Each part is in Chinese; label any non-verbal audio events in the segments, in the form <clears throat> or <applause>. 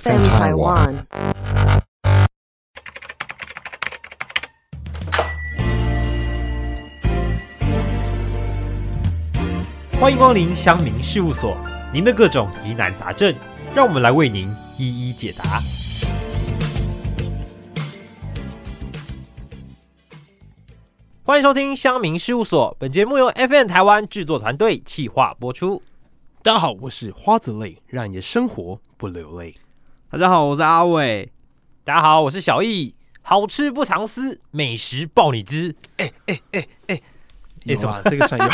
FM Taiwan. 欢迎光临乡民事务所，您的各种疑难杂症，让我们来为您一一解答。欢迎收听乡民事务所，本节目由 FN 台湾制作团队企划播出。大家好，我是花子泪，让你的生活不流泪。大家好，我是 <laughs> 阿伟。大家好，我是小易，好吃不藏私，美食爆你知，哎哎有什啊，这个算有。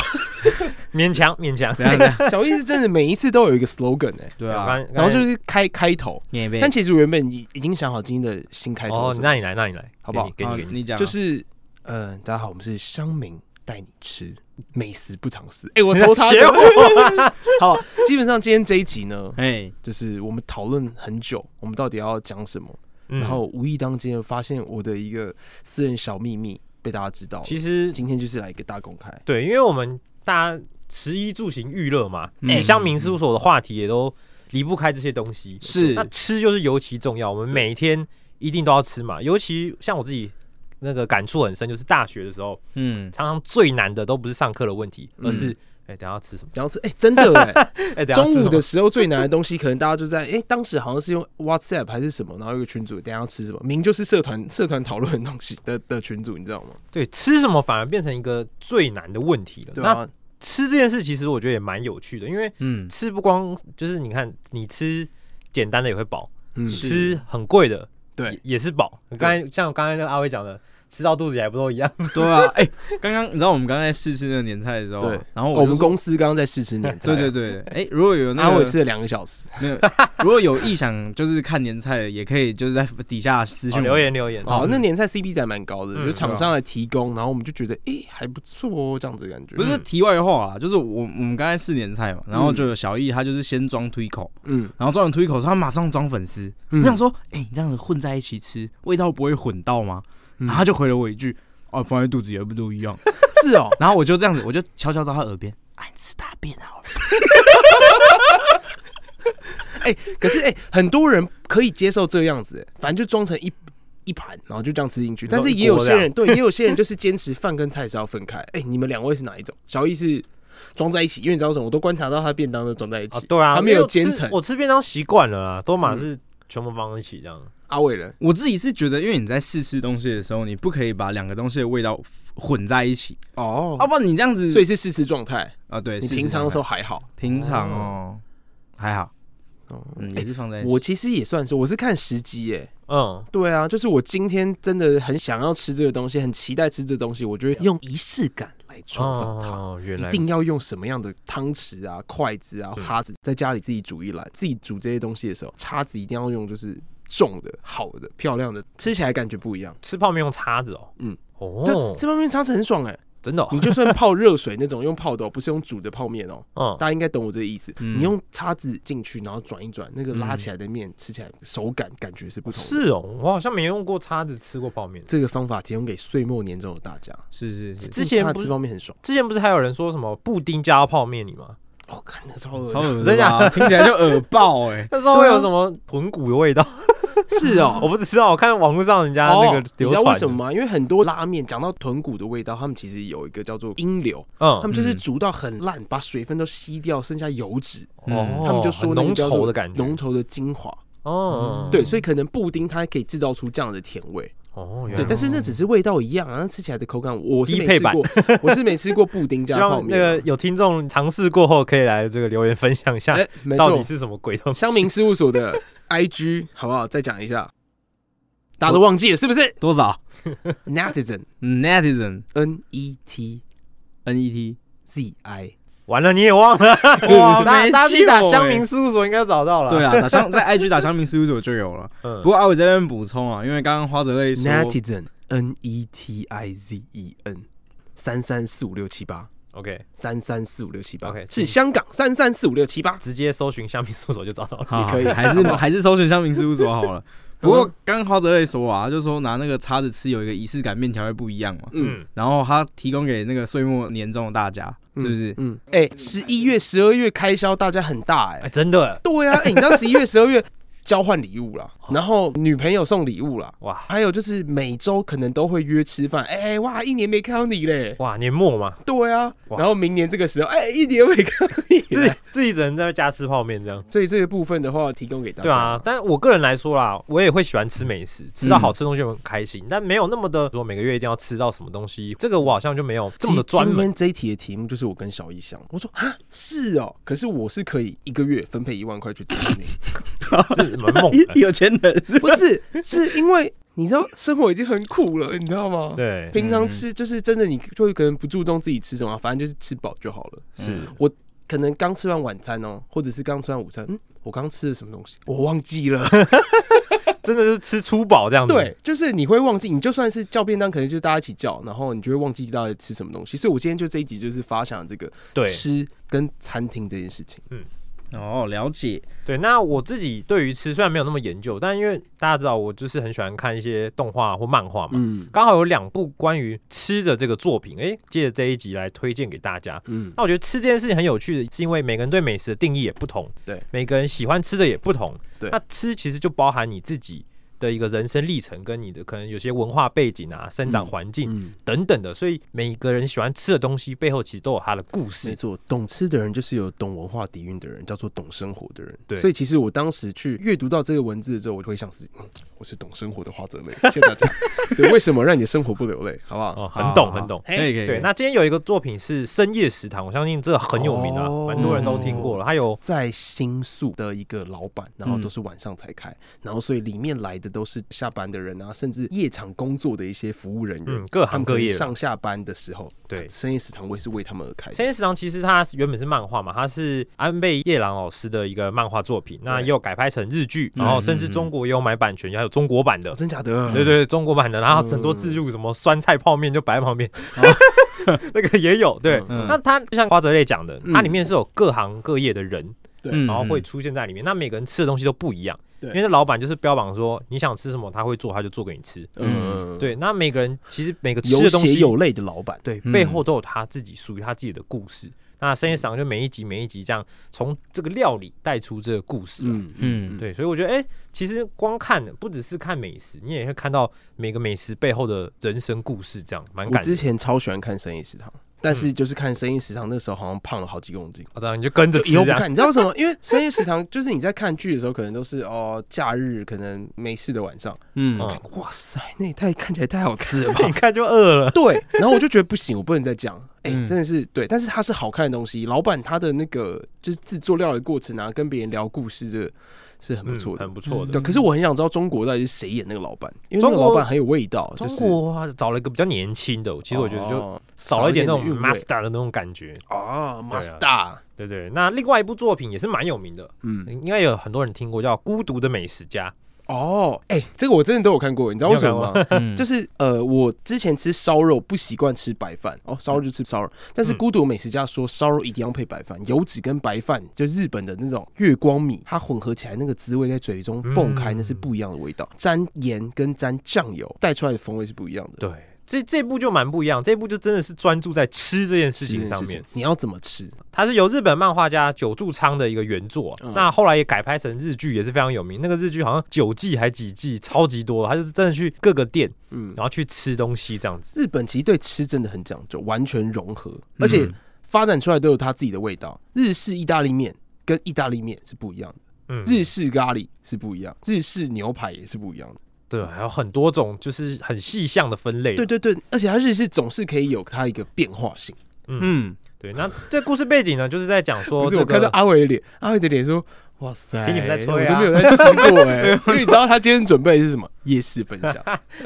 勉强勉强。怎样怎 <laughs> 样？小意思真的每一次都有一个 slogan 哎、对我啊，刚然后就是开开头。念一遍但。其实我原本已已经想好今天的新开头哦是，什么，那你来，那你来，好不好给你，好给你，给你你讲啊，就是呃，大家好，我们是乡民带你吃美食不藏私。哎、我投 <laughs> 他的学 <laughs> 好，基本上今天这一集呢，哎，就是我们讨论很久，我们到底要讲什么。嗯然后无意当间发现我的一个私人小秘密被大家知道了，其实今天就是来一个大公开。对，因为我们大家食衣住行娱乐嘛，嗯哎，乡民事务所的话题也都离不开这些东西。是嗯那吃就是尤其重要，我们每天一定都要吃嘛。尤其像我自己那个感触很深，就是大学的时候，嗯，常常最难的都不是上课的问题，而是哎、等一下要吃什么？然后是哎、真的哎、哎、等一下吃中什午么的时候最难的东西，可能大家就在哎、当时好像是用 WhatsApp 还是什么，然后有个群组，等一下要吃什么，明就是社团社团讨论的东西的 <laughs> 的群组，你知道吗？对吃什么反而变成一个最难的问题了。对那啊，吃这件事其实我觉得也蛮有趣的，因为嗯，吃不光就是你看你吃简单的也会饱，嗯，是吃很贵的也对，也是饱。刚才像刚才那个阿威讲的，吃到肚子里还不都 <laughs> 一样？对啊， <laughs> 哎，刚刚你知道我们刚才试吃那个年菜的时候啊对，然后哦我们公公司刚刚在试吃年菜， <laughs> 对对对，哎，如果有然那后我个也吃了两个小时，哦没有，如果有意想就是看年菜的，也可以就是在底下私哦信留言留言，哦，那年菜 CP 值还蛮高的，嗯就厂商来提供，然后我们就觉得哎、还不错哦，这样子的感觉，不是题外话啦，就是我我们刚才试年菜嘛，然后就有小易他就是先装推口，嗯，然后装完推口之后他马上装粉丝，嗯我想说，哎、你这样子混在一起吃，味道不会混到吗？嗯然后他就回了我一句，哦，放在肚子也不都一样。是哦，然后我就这样子，我就悄悄到他耳边，啊，你吃大便啊！可是哎、很多人可以接受这样子、哎反正就装成一一盘，然后就这样吃进去。你说但是一也有锅些这样人对，也有些人就是坚持饭跟菜是要分开。哎、你们两位是哪一种？小易是装在一起，因为你知道为什么？我都观察到他便当都装在一哦起。对啊，他没有因为我煎吃成嗯我吃便当习惯了啦，都满是全部放一起这样。阿伟人，我自己是觉得，因为你在试吃东西的时候，你不可以把两个东西的味道混在一起，啊哦要、，不然你这样子，所以是试吃状态。啊，对，你试吃平常的时状候还好。态平常哦，还好，哦嗯，哎也是放在一起。我其实也算是，我是看时机哎。嗯，对啊，就是我今天真的很想要吃这个东西，很期待吃这个东西，我就会用仪式感来创造它。哦，原一来定要用什么样的汤匙啊、筷子啊、对叉子，在家里自己煮一篮，自己煮这些东西的时候，叉子一定要用就是重的、好的、漂亮的，吃起来感觉不一样。吃泡面用叉子哦。嗯，对，哦，这方面叉子很爽哎、真的哦，你就算泡热水那种用泡的、哦，不是用煮的泡面哦，嗯，大家应该懂我这个意思。嗯你用叉子进去，然后转一转，那个拉起来的面、吃起来手感感觉是不同的。嗯是哦，我好像没用过叉子吃过泡面。这个方法提供给岁末年终的大家。是是 <laughs> 是，之前叉子不是吃泡面很爽，之前不是还有人说什么布丁加到泡面里吗？哦，看那个超恶超心。恶真心的啊，听起来就耳爆哎、那时候会啊有什么豚骨的味道？是哦我，不知道，我看网络上人家那个哦、你流知道传。为什么？吗？因为很多拉面讲到豚骨的味道，他们其实有一个叫做阴流，他嗯，们就是嗯煮到很烂，把水分都吸掉，剩下油脂， <laughs> 嗯哦，他们就说很那浓个叫做稠的感觉。浓稠的精华。哦，对，所以可能布丁它可以制造出这样的甜味，哦，原对，来但是那只是味道一样啊，那吃起来的口感我是低没配吃过， <laughs> 我是没吃过布丁希加泡望那面个啊。有听众尝试过后，可以来这个留言分享一下，哎，没到底错，是什么鬼东西。乡民事务所的 IG 好不好？再讲一下，大家都忘记了是不 <laughs> 是多少？Netizen netizen N E T n e t Z I <laughs> 完了，你也忘 <laughs> 了哇大 <laughs> 没大家去救打欸乡民事务所应该找到了。对，啊，打商在 IG 打商民事务所就有了。嗯不，过阿伟这边补充啊，因为刚刚花泽类说， Netizen N E T I Z E N 三三四五六七八 OK，三三四五六七八 OK，是香港三三四五六七八。直接搜寻乡民事务所就找到了。好，可以还是还是搜寻乡民事务所好了。不过刚刚花泽类说啊，就说拿那个叉子吃有一个仪式感，面条会不一样嘛。嗯，嗯，然后他提供给那个岁末年终的大家，是不是？嗯，哎，十一月、十二月开销大家很大哎、哎，真的，对啊，哎、你知道十一月、十二月交换礼物啦，然后女朋友送礼物啦，哇还有就是每周可能都会约吃饭，哎、哇，一年没看到你嘞，哇，年末嘛，对啊，哇然后明年这个时候，哎、一年没看到你自嘞己，自己只能在那家吃泡面这样。所以这个部分的话，提供给大家。对啊，，但我个人来说啦，我也会喜欢吃美食，嗯吃到好吃的东西我很开心，但没有那么的说每个月一定要吃到什么东嗯西，这个我好像就没有这么的专今门。天这一题的题目就是我跟小易想，我说啊，是哦，可是我是可以一个月分配一万块去吃泡 <laughs> 面，是什么 <laughs> 梦的？有钱人，不是，是因为你知道生活已经很苦了，你知道吗？对，嗯平常吃就是真的，你就会可能不注重自己吃什么，反正就是吃饱就好了。是可能刚吃完晚餐哦，或者是刚吃完午餐，嗯，我刚吃了什么东西，我忘记 <laughs> 嗯了。真的是吃粗饱这样子。对，就是你会忘记，你就算是叫便当，可能就是大家一起叫，然后你就会忘记到底吃什么东西。所以我今天就这一集就是发想这个对吃跟餐厅这件事情。哦，了解，对，那我自己对于吃虽然没有那么研究，但因为大家知道我就是很喜欢看一些动画或漫画嘛，嗯刚好有两部关于吃的这个作品，诶，借着这一集来推荐给大家。嗯，那我觉得吃这件事情很有趣的，是因为每个人对美食的定义也不同，对，每个人喜欢吃的也不同，对那吃其实就包含你自己的一个人生历程，跟你的可能有些文化背景啊、生长环境嗯，等等的，所以每个人喜欢吃的东西背后其实都有它的故没事。错，懂吃的人就是有懂文化底蕴的人，叫做懂生活的人。对所以其实我当时去阅读到这个文字之后，我就会想是，嗯我是懂生活的花泽类。谢谢 <laughs> 大家。对，为什么让你的生活不流泪？好不好？哦，很懂，好好很懂。可以可以可以。对，那今天有一个作品是《深夜食堂》，我相信这很有名啊哦，蛮多人都听过了。它有在新宿的一个老板，然后嗯都是晚上才开，然后所以里面来的都是下班的人啊，甚至夜场工作的一些服务人员，嗯各他行们可各以业的，上下班的时候，对。深夜食堂我也是为他们而开的。深夜食堂其实它原本是漫画嘛，它是安倍夜郎老师的一个漫画作品，那也有改拍成日剧，嗯然后甚至中国也有买版权，还有中国版的哦、。真假的？对对对，中国版的，然嗯后很多置入什么酸菜泡面就摆在旁边，哦 <laughs> 那个也有。对，嗯那它就像瓜泽类讲的，它嗯里面是有各行各业的人，嗯然后哦会出现在里面。那每个人吃的东西都不一样，对因为那老板就是标榜说你想吃什么，他会做，他就做给你吃。嗯，对，那每个人其实每个吃有的东血西有泪的老板。对，嗯背后都有他自己属于他自己的故事。那深夜食堂就每一集每一集这样从这个料理带出这个故事、啊。嗯嗯，对，所以我觉得，哎、其实光看不只是看美食，你也会看到每个美食背后的人生故事，这样蛮我感之人的。嗯前超喜欢看深夜食堂，但是就是看深夜食堂那时候好像胖了好几公斤。啊，这样你就跟着吃以后这不样。看，你知道为什么？因为深夜食堂就是你在看剧的时候，可能都是哦，假日可能没事的晚 <laughs> 上，嗯嗯，哇塞，那也太看起来太好吃了吧 <laughs> 你？看就饿了。 <laughs> 对，然后我就觉得不行，我不能再讲。哎、嗯真的是对，但是它是好看的东西。老板他的那个就是制作料理的过程啊，跟别人聊故事，这是很不错嗯的。很不错的。对，可是我很想知道中国到底是谁演那个老板，因为那个中国老板很有味道。就中是国啊找了一个比较年轻的，其实我觉得就哦少了一点那的种韵味 master 的那种感觉，啊对啊，master，对对。那另外一部作品也是蛮有名的，嗯，应该有很多人听过，叫《孤独的美食家》。哦，哎、这个我真的都有看过，你知道为什么吗？嗯 <laughs> 就是呃，我之前吃烧肉不习惯吃白饭哦，烧肉就吃烧肉。但是嗯孤独美食家说烧肉一定要配白饭，油脂跟白饭就日本的那种月光米，它混合起来那个滋味在嘴中嗯蹦开，那是不一样的味道。沾盐跟沾酱油带出来的风味是不一样的。对，这这部就蛮不一样，这部就真的是专注在吃这件事情上面。，你要怎么吃？它是由日本漫画家久住昌的一个原作，嗯那后来也改拍成日剧，也是非常有名。那个日剧好像九季还几季，超级多。他就是真的去各个店，嗯，然后去吃东西这样子。日本其实对吃真的很讲究，完全融合，嗯而且发展出来都有它自己的味道。日式意大利面跟意大利面是不一样的。嗯，日式咖喱是不一样，日式牛排也是不一样的。对，还有很多种就是很细项的分类。对对对，而且它日式总是可以有它一个变化性。嗯，对，那这故事背景呢，就是在讲说不是哦这我看到个。阿伟的脸，阿伟的脸说：“哇塞，请你们再吹啊我都没有在吃过哎、 <laughs> 因为你知道他今天准备的是什么夜市分享，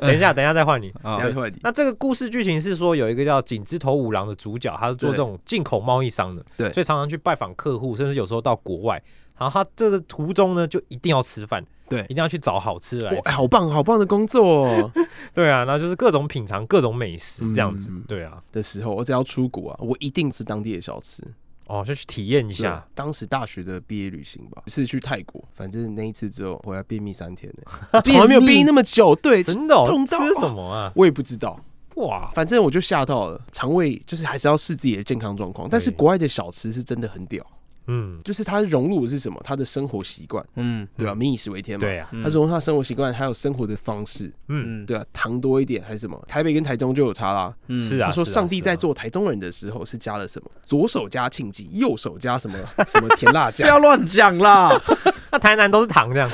等一下，等一下再换你。等啊一下突然你那这个故事剧情是说，有一个叫井之头五郎的主角，他是做这种进口贸易商的，对所以常常去拜访客户，甚至有时候到国外。然后他这个途中呢，就一定要吃饭，对一定要去找好吃的来哇、哎吃，好棒好棒的工作哦对啊，然后就是各种品尝各种美食这样子，嗯对啊，的时候，我只要出国啊，我一定吃当地的小吃。哦，就去体验一对下，当时大学的毕业旅行吧，是去泰国，反正那一次之后回来便秘三天 <laughs> 呢、从来没有便秘那么久，对，真的、哦，痛吃到什么啊？我也不知道。哇，反正我就吓到了，肠胃就是还是要视自己的健康状况，但是对国外的小吃是真的很屌，嗯，就是他融入的是什么？他的生活习惯，嗯，对吧、民以食为天嘛。对啊，嗯他融入他的生活习惯，还有生活的方式，嗯，嗯，对啊，糖多一点还是什么？台北跟台中就有差啦。嗯是啊他说上帝在是啊做台中人的时候是加了什么？左手加庆忌，右手加什么什么甜辣不酱 <laughs> 要？乱讲啦，那台南都是糖这样，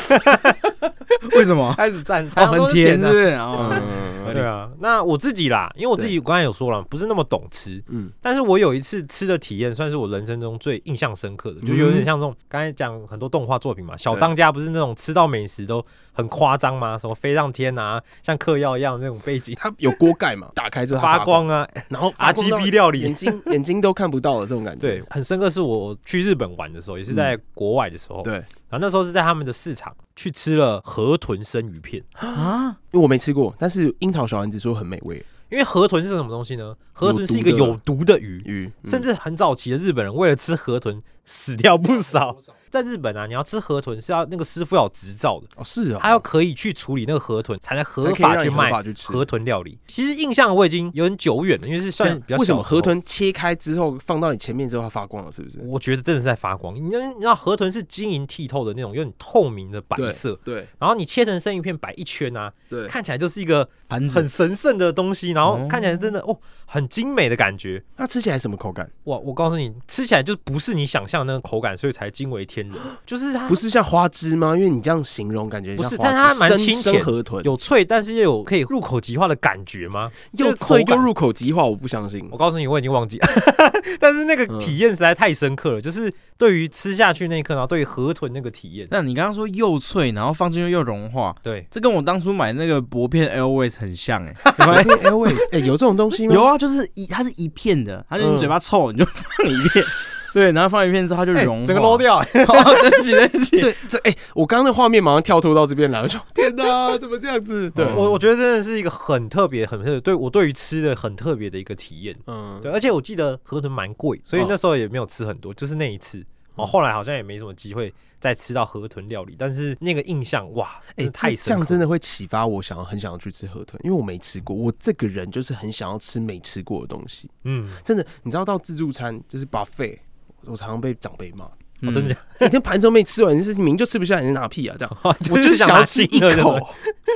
为什么？开始赞，哦，很甜是不的。是？哦，嗯对啊，那我自己啦，因为我自己刚才有说了，不是那么懂吃，嗯但是我有一次吃的体验，算是我人生中最印象深刻的，就有嗯点像这种刚才讲很多动画作品嘛，小当家不是那种吃到美食都很夸张吗？什么飞上天啊，像嗑药一样那种背 <laughs> 景它有锅盖 <laughs> 嘛，打开之后它发发光，光啊，然后发光到 RGB 料眼理。睛眼睛都看不到的这种感觉。对，很深刻是我去日本玩的时候，也是在国外的时候，对，然后那时候是在他们的市场去吃了河豚生鱼片，啊，因为我没吃过，但是樱桃小丸子说很美味因为河豚是什么东西呢？河豚是一个有毒的有毒的鱼，鱼，嗯甚至很早期的日本人为了吃河豚死掉不少。嗯在日本啊，你要吃河豚是要那个师傅要有执照的，哦是啊，他要可以去处理那个河豚，才能合才可以法让去你合卖法去吃河豚料理。其实印象我已经有点久远了，因为是这算样比较小为什么的时候河？豚切开之后放到你前面之后它发光了？是不是？我觉得真的是在发光。你知你知道河豚是晶莹剔透的那种，有点透明的白色，对然后你切成生鱼片摆一圈啊，对，嗯看起来就是一个盘子很神圣的东西，然后哦看起来真的哦很精美的感觉。那吃起来什么口感？哇，我告诉你，吃起来就不是你想象的那个口感，所以才惊为天人。 <gasps> 就是它不是像花枝吗？因为你这样形容，感觉不是像花枝但它蛮生清甜生河豚，有脆，但是又有可以入口即化的感觉吗？又那个脆口又感入口即化，我不相信我。告诉你，我已经忘记了， <laughs> 但是那个嗯体验实在太深刻了，就是对于吃下去那一刻，然后对于河豚那个体验，那你刚刚说又脆，然后放进去又融化，对，这跟我当初买那个薄片 Airways 很像哎、欸有没有， Airways，哎，有这种东西吗？有啊，就是一它是一片的，它就是你嘴巴臭，你就放一 <laughs> 片，对，然后放一片之后它就哎融化，整个漏掉，哦。 <laughs> 对不起，对不起，对，这哎、我刚刚的画面马上跳脱到这边来，我哦说 <laughs> 天哪，怎么这样子？对，我我觉得真的是一个很特别、很特别，对我对于吃的很特别的一个体验。嗯，对，而且我记得河豚蛮贵，所以那时候也没有吃很多，就是那一次。哦，后来好像也没什么机会再吃到河豚料理，但是那个印象哇，哎、真的太这这深样刻真了。的会启发我想要很想要去吃河豚，因为我没吃过，我这个人就是很想要吃没吃过的东西。嗯，真的，你知道到自助餐就是 buffet，我常常被长辈 <laughs> 骂，我嗯真的你这盘都没吃完，你是明就吃不下，你在拿屁啊？这 <laughs> 样，我我就是想要吃一口。口，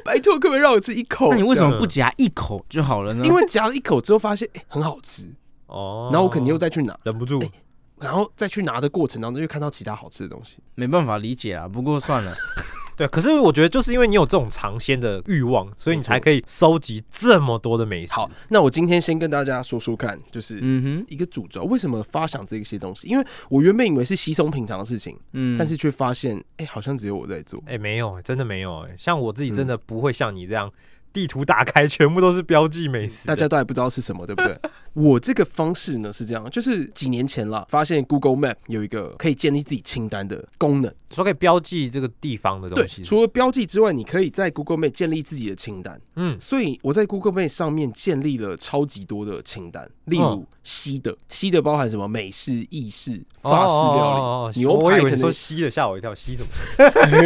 拜托，可不可以让我吃一口？那你为什么对不夹一口就好了呢？哦因为夹了一口之后发现、哎很好吃，哦，然后我肯定又再去拿，忍不住，然后再去拿的过程当中又看到其他好吃的东西。没办法理解啊，不过算 <laughs> 了，对，啊可是我觉得就是因为你有这种尝鲜的欲望，所以你没错才可以收集这么多的美食。好，，那我今天先跟大家说说看，就是嗯哼，一个主轴，为什么发想这些东西？因为我原本以为是稀松平常的事情，嗯，但是却发现，哎、好像只有我在做。哎、没有，真的没有，哎，像我自己嗯真的不会像你这样，地图打开全部都是标记美食大的，家都还不知道是什么，对不 <laughs> 对？我这个方式呢是这样，就是几年前啦，发现 Google Map 有一个可以建立自己清单的功能。说可以标记这个地方的对东，西。除了标记之外，你可以在 Google Map 建立自己的清单。嗯，所以我在 Google Map 上面建立了超级多的清单，例如嗯西的，西的包含什么美式、意式、法式料理、哦哦哦哦牛我排以为可你说能西的，吓我一跳，西怎么？ <laughs>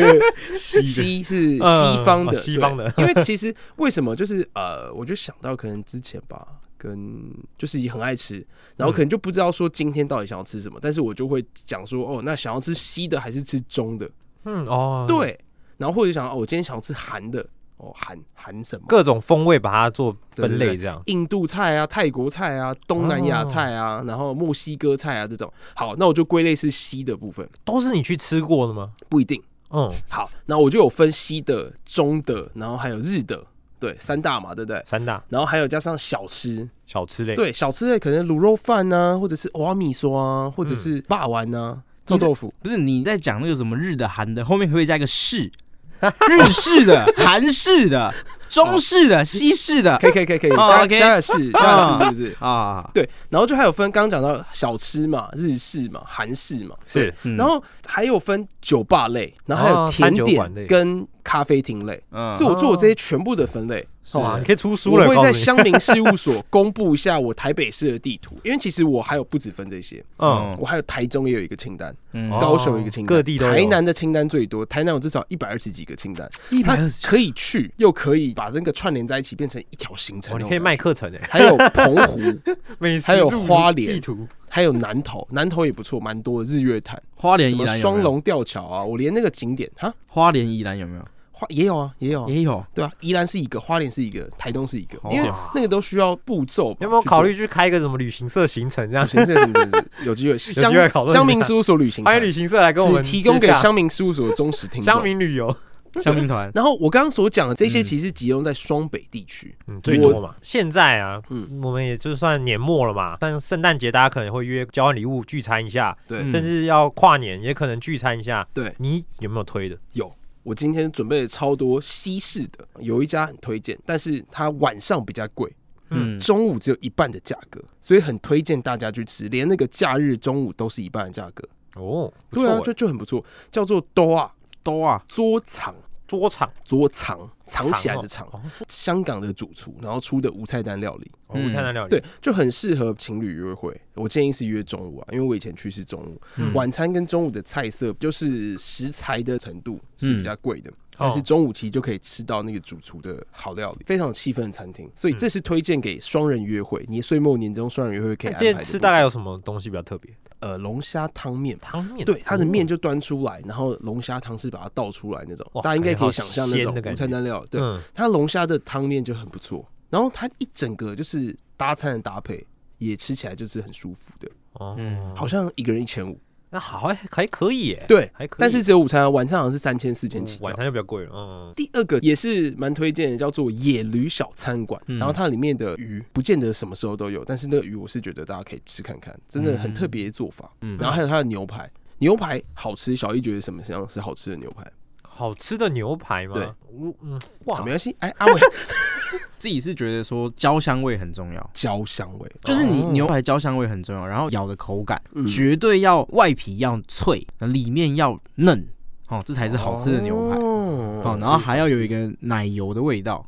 西西是西嗯方的，哦西方的对因为其实为什么就是呃，我就想到可能之前吧，跟就是也很爱吃，然后可嗯能就不知道说今天到底想要吃什么，但是我就会讲说哦，那想要吃西的还是吃中的？嗯，哦，，对，然后或者想哦，我今天想要吃韩的，哦，韩韩什么？各种风味把它做对对分对类，这样。印度菜啊、泰国菜啊、东南亚菜哦啊，然后墨西哥菜啊这种。好，那我就归类是西的部分，都是你去吃过的吗？不一定。嗯，好，那我就有分西的、中的，然后还有日的，对，三大嘛，对不对？三大然后还有加上小吃，小吃类。，对，小吃类可能卤肉饭啊，或者是瓦米索啊，或者是霸丸啊，臭豆腐。不是你在讲那个什么日的、韩的，后面可不可以加一 <laughs> 个式？日式的、 <laughs> 韩式的、中式哦的、西 <laughs> 式的可以可以可以可以，哦加 OK 加的是加的是是不是？啊，对，然后就还有分，刚刚讲到小吃嘛、日式嘛、韩式嘛，对是嗯然后还有分酒吧类，然后还有哦餐甜酒馆点类跟咖啡厅类，嗯所以我做我这些全部的分类。是哇，你可以出书我了，会告诉在你乡民事务所公布一下我台北市的地图， <laughs> 因为其实我还有不止分这些，嗯，我还有台中也有一个清单，嗯哦高雄有一个清单，各地都有台南的清单最多，台南有至少一百二十几个清单，它120可以去，又可以把这个串联在一起，变成一条行程那哦，你 <laughs> 种感觉。可以卖课程诶，还有澎湖，美食还有路花莲地图，还还有南投，南投也不错，蛮多的日月潭，花莲什宜么兰有双没有？龙吊桥啊，我连那个景点哈，花莲宜兰有没有？花也有啊，也有啊，<laughs> 也有。对啊，宜兰是一个，花莲是一个，台东是一个哦，因为那个都需要步骤嘛。有没有去做考虑？去开一个什么旅行社行程这样？行政有 <laughs> 机会，机乡会讨论一下乡民事务所旅行欢团迎旅行社来跟我们只提供给接洽乡民事务所的忠实听众乡。民旅游，香槟团然后我刚刚所讲的这些，嗯其实集中在双北地区。嗯，最多嘛。现在啊，嗯我们也就算年末了嘛，但圣诞节大家可能会约交换礼物聚餐一下，对，嗯甚至要跨年也可能聚餐一下。对你有没有推的？有我今天准备了超多西式的，有一家很推荐，但是它晚上比较贵，嗯，中午只有一半的价格，所以很推荐大家去吃，连那个假日中午都是一半的价格。哦，不对啊，错就欸，就很不错，叫做多啊多啊，桌藏桌场桌藏藏起来的场藏，哦，香港的主厨，然后出的无菜单料理。哦午餐的料理，嗯对，就很适合情侣约会。我建议是约中午啊，因为我以前去是中午，嗯晚餐跟中午的菜色就是食材的程度是比较贵的，但是哦中午其实就可以吃到那个主厨的好料理，非常有气氛的餐厅。所以嗯这是推荐给双人约会，你岁末年终双人约会可以那安这排些的吃部大概分有什么东西比较特别？呃龙虾汤面吧。汤面，对，它的面就就端出来，然后龙虾汤是把它倒出来那种，哇大家应该感觉可以好想象那鲜种的感午餐觉单料理。对，嗯，它龙虾的汤面就很不错，然后它一整个就是搭餐的搭配，也吃起来就是很舒服的，哦嗯，好像一个人一千五，那好，还还可以耶，对，还可以，但是只有午餐啊，晚上好像是三千四千起晚跳。餐就比较贵了，嗯，第二个也是蛮推荐的，叫做野驴小餐馆，嗯然后它里面的鱼不见得什么时候都有，但是那个鱼我是觉得大家可以吃看看，真的很特别的做法。嗯然后还有它的牛排，牛排好吃，小易觉得什么样是好吃的牛排？好吃的牛排吗？对我，嗯，好哇没，关系，哎，阿伟自己是觉得说焦香味很重要，焦香味， <laughs> 就是你哦牛排焦香味很重要，然后咬的口感嗯绝对要外皮要脆，里面要嫩，哦，这才是好吃的牛排。哦哦，然后还要有一个奶油的味道，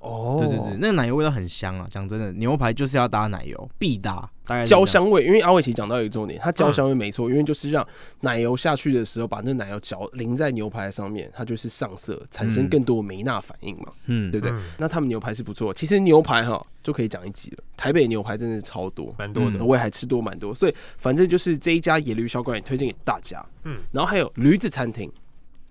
哦，对对对，那个奶油味道很香啊！讲真的，牛排就是要搭奶油，必搭，大概是这焦。样香味，因为阿伟其实讲到一个重点，它焦香味没错，因为就是让奶油下去的时候，把那奶油嚼淋在牛排上面，它就是上色，产生更多梅纳反应嘛，嗯，对不对？嗯那他们牛排是不错，其实牛排哈就可以讲一集了，台北牛排真的是超多。蛮多的嗯，我也还吃多蛮多，所以反正就是这一家野驴小馆也推荐给大家。嗯嗯，然后还有驴子餐厅，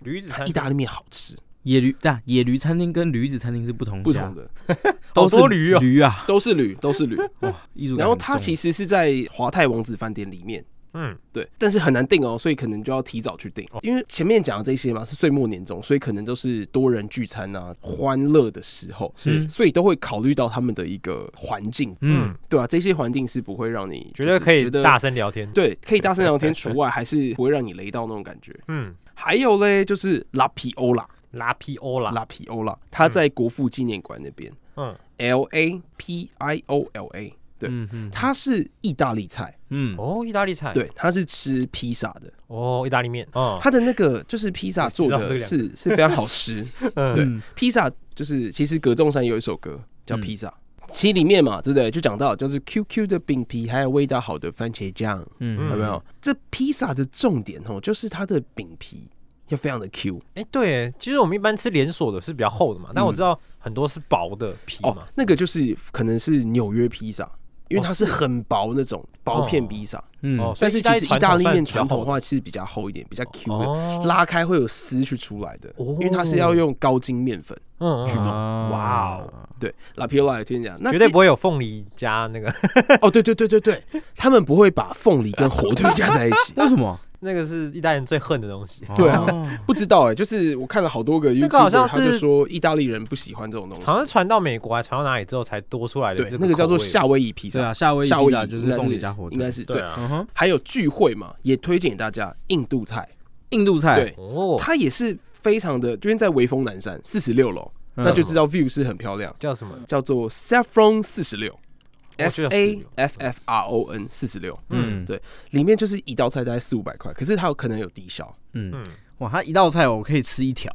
驴子它餐意大利面好吃，野驴，对啊，野驴餐厅跟驴子餐厅是不同不家同，的都好是多驴哦驴啊，都是驴，都是驴。哇，艺术然感很重。后它其实是在华泰王子饭店里面，嗯，对，但是很难定哦，所以可能就要提早去定哦，因为前面讲的这些嘛是岁末年终，所以可能都是多人聚餐啊、欢乐的时候，是所以都会考虑到他们的一个环境，嗯，对啊吧、这些环境是不会让你绝对可以觉得大声聊天，对，可以大 <laughs> 声聊天除外，还是不会让你雷到那种感觉。嗯，还有嘞，就是拉皮欧拉，拉皮欧啦，拉皮欧拉，它在国父纪念馆那边啊嗯， ，L A P I O L A，对，嗯嗯它是意大利菜，嗯哦，意大利菜，对，它是吃披萨的。哦，意大利面，嗯，它的那个就是披萨做我知道这的个是是非常好吃， <laughs> 嗯对嗯披萨就是其实葛仲山有一首歌叫《披萨》，其实里面嘛，对不对？就讲到就是 QQ 的饼皮，还有味道好的番茄酱，嗯，有嗯没有？这披萨的重点哦，就是它的饼皮要非常的 Q 哎，对，其实我们一般吃连锁的是比较厚的嘛，嗯但我知道很多是薄的皮哦嘛，，那个就是可能是纽约披萨。因为它是哦是很薄那种薄片披萨，嗯哦，所但以是意大其利实意大利面传传统统算化是比较厚一点，比较 Q 比较的，厚的，拉开会有丝去出来的，哦因为它是要用高筋面粉。嗯嗯，啊。哇哦，对，拉皮欧拉也听讲，那绝对这不会有凤梨加那个， <laughs> 哦，对对对对对，他们不会把凤梨跟火腿加在一起 <laughs> <laughs> 为什么？那个是意大利人最恨的东西，对啊哦，不知道哎、就是我看了好多个 y o u 那 t 个 u b 好 e 像他就是说意大利人不喜欢这种东西。好像传到美国还啊传到哪里之后才多出来的对，这那个叫做口味夏威夷披对萨，啊，夏威夷夏披威萨夷就应是该凤梨加火应该腿，是对对。啊，嗯哼，还有聚会嘛，也推荐给大家印度菜，印度菜，对，哦，它也是非常的，因为在微风南山四十六楼，嗯那就知道 view 是很漂亮，叫什么？叫做 Saffron 四十六哦，S 是 A 46 F F R O N 四十六，嗯对里面就是一道菜大概四五百块，可是它有可能有低消，嗯嗯， <laughs> 哇，它一道菜我可以吃一条，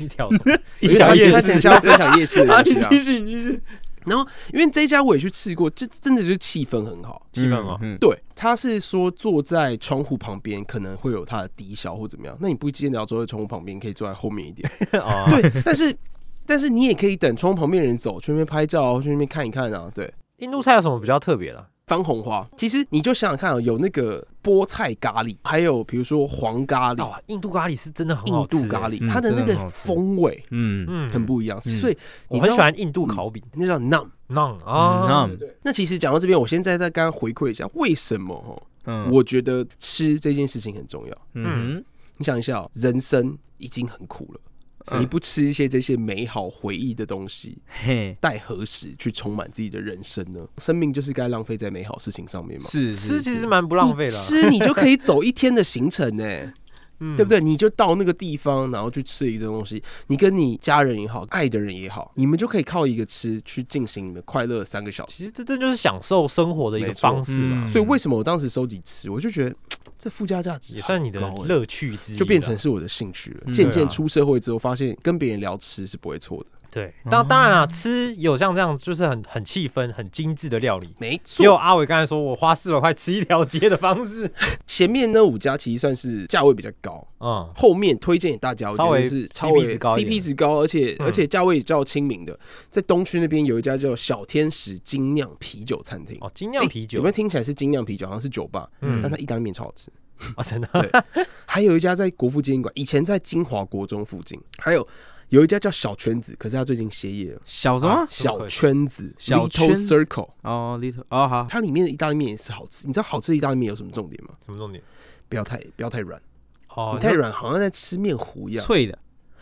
一条龙因为条它夜它市等一下要分享夜 <laughs> 市的啊，东你西啊继。续， <laughs> 你继续，然后因为这一家我也去吃过，这真的就是气氛很好。气氛哦，嗯，对，他是说坐在窗户旁边可能会有他的低消或怎么样，那你不见得要坐在窗户旁边，你可以坐在后面一 <laughs> 点。 <laughs> 哦，对，但是但是你也可以等窗户旁边的人走，去那边拍照啊，去那边看一看啊。对，印度菜有什么比较特别的？番红花。其实你就想想看、哦，有那个菠菜咖喱，还有比如说黄咖喱、哇，印度咖喱是真哦的很好印吃、欸度咖喱，嗯它的那真的个很好吃风味嗯嗯，很，不一样，所以我你很知喜道嗯欢印度烤饼那叫 num。 ，naan 啊，嗯那其实讲到这边，我现在再跟大家回馈一下，为什么哦？嗯，我觉得吃这件事情很重要。嗯你想一下、哦，人生已经很苦了，是嗯你不吃一些这些美好回忆的东西，哼嘿，待何时去充满自己的人生呢？生命就是该浪费在美好事情上面嘛。是吃其实是蛮不浪费你的啊，吃你就可以走一天的行程呢、 <laughs> 嗯对不？对？你就到那个地方，然后去吃一个东西。你跟你家人也好，爱的人也好，你们就可以靠一个吃去进行你们快乐三个小时。其实这这就是享受生活的一个没错方式嘛，嗯所以为什么我当时收集吃，我就觉得嘖这附加价值也算你的很高欸乐趣之一啦，就变成是我的兴趣了。嗯渐渐对啊出社会之后，发现跟别人聊吃是不会错的。对。嗯当当然啦，吃有像这样就是很很气氛、很精致的料理。啊没也有啊阿伟刚才说我花四百块吃一条街的方式，前面那五家其实算是价位比较高，嗯，后面推荐给大家，我稍觉微得是 CP 稍微值高一点 CP 值高，而且嗯而且价位比较亲民的。在东区那边有一家叫小天使精酿啤酒餐厅，哦，精酿啤有酒没有，听起来是精酿啤酒，好像是酒吧，嗯但它意大利面超好吃。 <laughs> 啊，真的，还有一家在国父纪念馆，以前在金华国中附近，还有有一家叫小圈子，可是它最近歇业了。小什么啊？小圈子小 Little 圈子 Circle，哦，little 哦好，它里面的意大利面也是好吃。你知道好吃的意大利面有什么重点吗？什么重点？不要太不要太软，哦你，太软好像在吃面糊一样。脆的，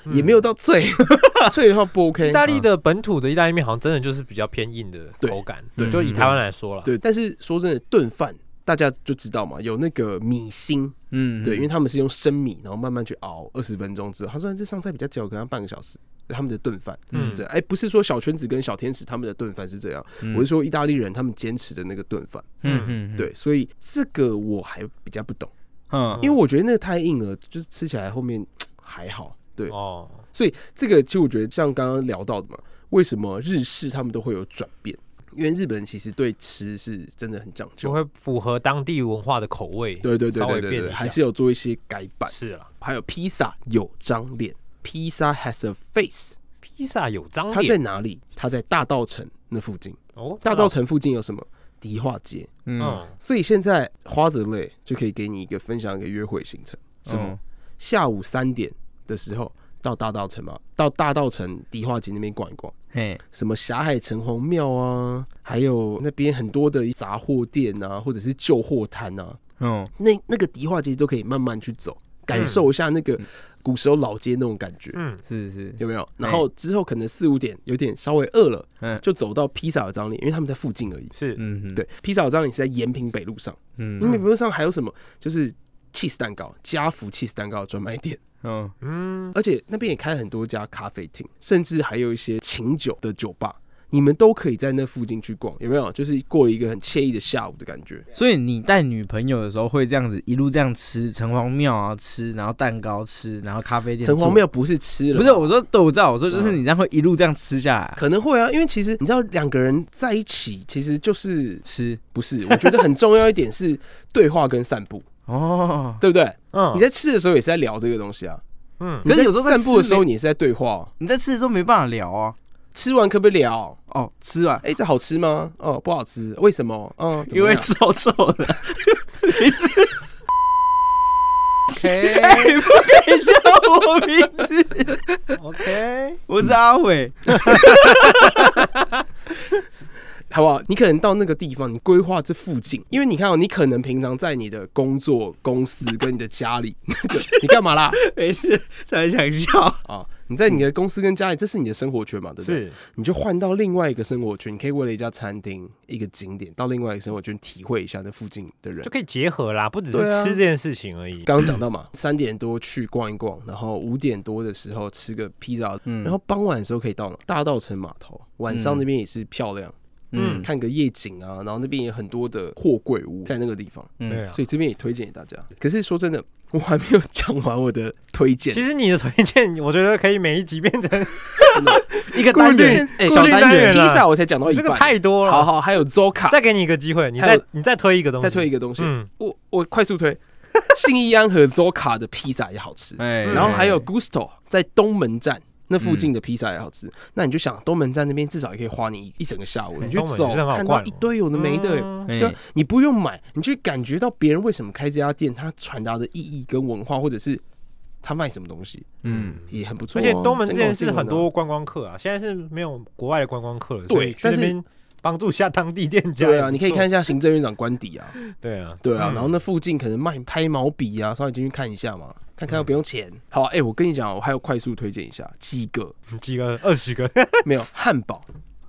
嗯也没有到脆， <laughs> 脆的话不 OK 意。大利的本土的意大利面好像真的就是比较偏硬的对口感，对就以台湾来说了，对，但是说真的，炖饭大家就知道嘛，有那个米心，嗯，对，因为他们是用生米，然后慢慢去熬二十分钟之后，他说这上菜比较久，可能要半个小时。他们的炖饭嗯是这样，哎、不是说小圈子跟小天使他们的炖饭是这样，嗯我是说意大利人他们坚持的那个炖饭，嗯嗯，对，所以这个我还比较不懂，嗯，因为我觉得那个太硬了，就是吃起来后面嗯还好，对，哦，所以这个其实我觉得像刚刚聊到的嘛，为什么日式他们都会有转变？因为日本人其实对吃是真的很讲就究，会符合当地文化的口味，对对对稍微对变对一对，下还是有做一些改版。是啦，还有披萨有张脸，披萨 has a face，披萨有张它在脸哪里？它在大道城那附近。哦，大道城附近有什么？迪化街。嗯，嗯，所以现在花泽类就可以给你一个分享一个约会行程，什嗯么？嗯下午三点的时候到大道城嘛，到大道城迪化街那边逛一逛。嘿，什么霞海城隍庙啊，还有那边很多的杂货店啊，或者是旧货摊啊，嗯，那那个迪化街都可以慢慢去走，感受一下那个古时候老街那种感觉，嗯，是是，有没有？然后之后可能四五点有点稍微饿了，哎嗯就走到披萨的张脸，因为他们在附近而已。是，嗯，对，披萨的张脸是在延平北路上，延嗯平北路上还有什么？就是 cheese 蛋糕，家福 cheese 蛋糕的专卖店，嗯，嗯，而且那边也开很多家咖啡厅，甚至还有一些琴酒的酒吧，你们都可以在那附近去逛，有没有？就是过了一个很惬意的下午的感觉。所以你带女朋友的时候会这样子一路这样吃城隍庙啊吃，然后蛋糕吃，然后咖啡店城隍做庙不是吃了，不是我说对，我知道我说就是嗯你这样会一路这样吃下来可能会啊，因为其实你知道两个人在一起，其实就是吃不是？我觉得很重要一点是对话跟散步，哦，对不对？嗯，你在吃的时候也是在聊这个东西啊，嗯，可你是在有时候在散步的吃时候没你也是在对话啊，你在吃的时候没办法聊啊，吃完可不可以聊？哦，吃完哎，这好吃吗？哦，不好吃，为什么？嗯，怎因么为样臭臭的，<laughs> 你是 <laughs> ，OK 你不可以叫我名字， OK，我是阿伟，好不好？你可能到那个地方，你规划这附近，因为你看哦，你可能平常在你的工作、公司跟你的家里， <laughs> 你干嘛啦？没事，突然想笑，啊，你在你的公司跟家里，这是你的生活圈嘛，对不对？是，你就换到另外一个生活圈，你可以为了一家餐厅、一个景点，到另外一个生活圈体会一下那附近的人就。可以结合啦，不只是对啊吃这件事情而已，刚刚讲到嘛， <clears throat> 三点多去逛一逛，然后五点多的时候吃个披萨，嗯然后傍晚的时候可以到哪大道城码头，晚上嗯那边也是漂亮，嗯看个夜景啊，然后那边也很多的货柜屋在那个地方。对啊。所以这边也推荐给大家。可是说真的，我还没有 <laughs> 讲完我的推荐。其实你的推荐，我觉得可以每一集变 <laughs> 成一个固单定元哎小固定单单元元披了萨我才讲到一这半，个太多了。好好，还有 Zoka，再给你一个机会，你还有再你再推一个东西，再推一个东西，嗯，我我快速推。信义安和 Zoka 的披萨也好吃，哎嗯然后还有 Gusto 在东门站那附近的披萨也好吃。那你就想东门站那边至少也可以花你一整个下午，哎你去东门走也是很好看到逛一堆有的没的、嗯哎对啊，你不用买，你去感觉到别人为什么开这家店，他传达的意义跟文化，或者是他卖什么东西，嗯，也很不错、而啊。且东门之真前搞是定了很多观光客啊，现在是没有国外的观光客了，对所以去那边帮助一下当地店家也不错。对啊，你可以看一下行政院长官邸啊，对啊，对啊，嗯然后那附近可能卖胎毛笔啊，稍微进去看一下嘛，看嗯看又不用钱。好、啊，哎、我跟你讲，我还要快速推荐一下几个，几个二十个没有汉堡，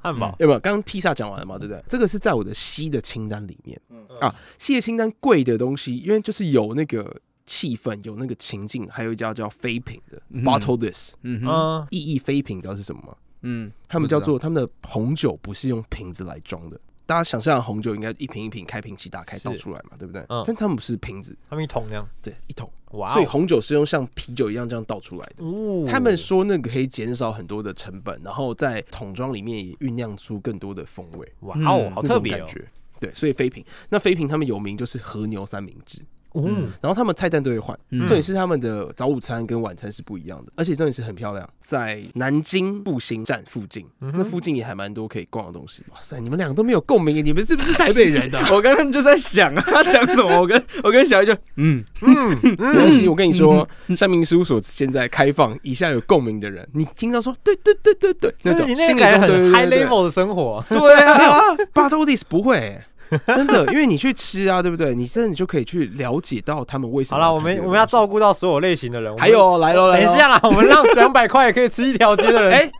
汉堡，有没有？刚刚披萨讲完了嘛，对不对？这个是在我的西的清单里面嗯，啊，西的清单贵的东西，因为就是有那个气氛，有那个情境，还有一家叫飞品的嗯 Bottle This，嗯哼，嗯，意义飞瓶，你知道是什么吗？嗯，他们不知叫道做他们的红酒不是用瓶子来装的。大家想象红酒应该一瓶一瓶开瓶器打开是倒出来嘛，对不对嗯？但他们不是瓶子，他们一桶那样，对，一桶，哇所以哦，红酒是用像啤酒一样这样倒出来的。哦他们说那个可以减少很多的成本，然后在桶装里面也酝酿出更多的风味，哇哦，嗯好那特种别感哦，觉。对，所以飞瓶，那飞瓶他们有名就是和牛三明治，嗯，然后他们菜单都会换，嗯重点是他们的早午餐跟晚餐是不一样的，而且重点是很漂亮，在南京复兴站附近，那附近也还蛮多可以逛的东西。哇塞，你们两个都没有共鸣，你们是不是台北人啊？我刚刚就在想啊，他讲什么？我跟我跟小玉就嗯，没关系，我跟你说，三民事务所现在开放，以下有共鸣的人，你听到说对对对对对， <laughs> 那但是种你那心个里感中觉对很对 high 对对 level 的 <laughs> 生活，对啊， ，Battle This 不会欸。真的，因为你去吃啊，对不对？你真的就可以去了解到他们为什好么。了，我们我们要照。顾到所有类型的人。我们还，有哦来喽，来等一咯下啦，<laughs> 我们让两百块也可以吃一条街的人。哎、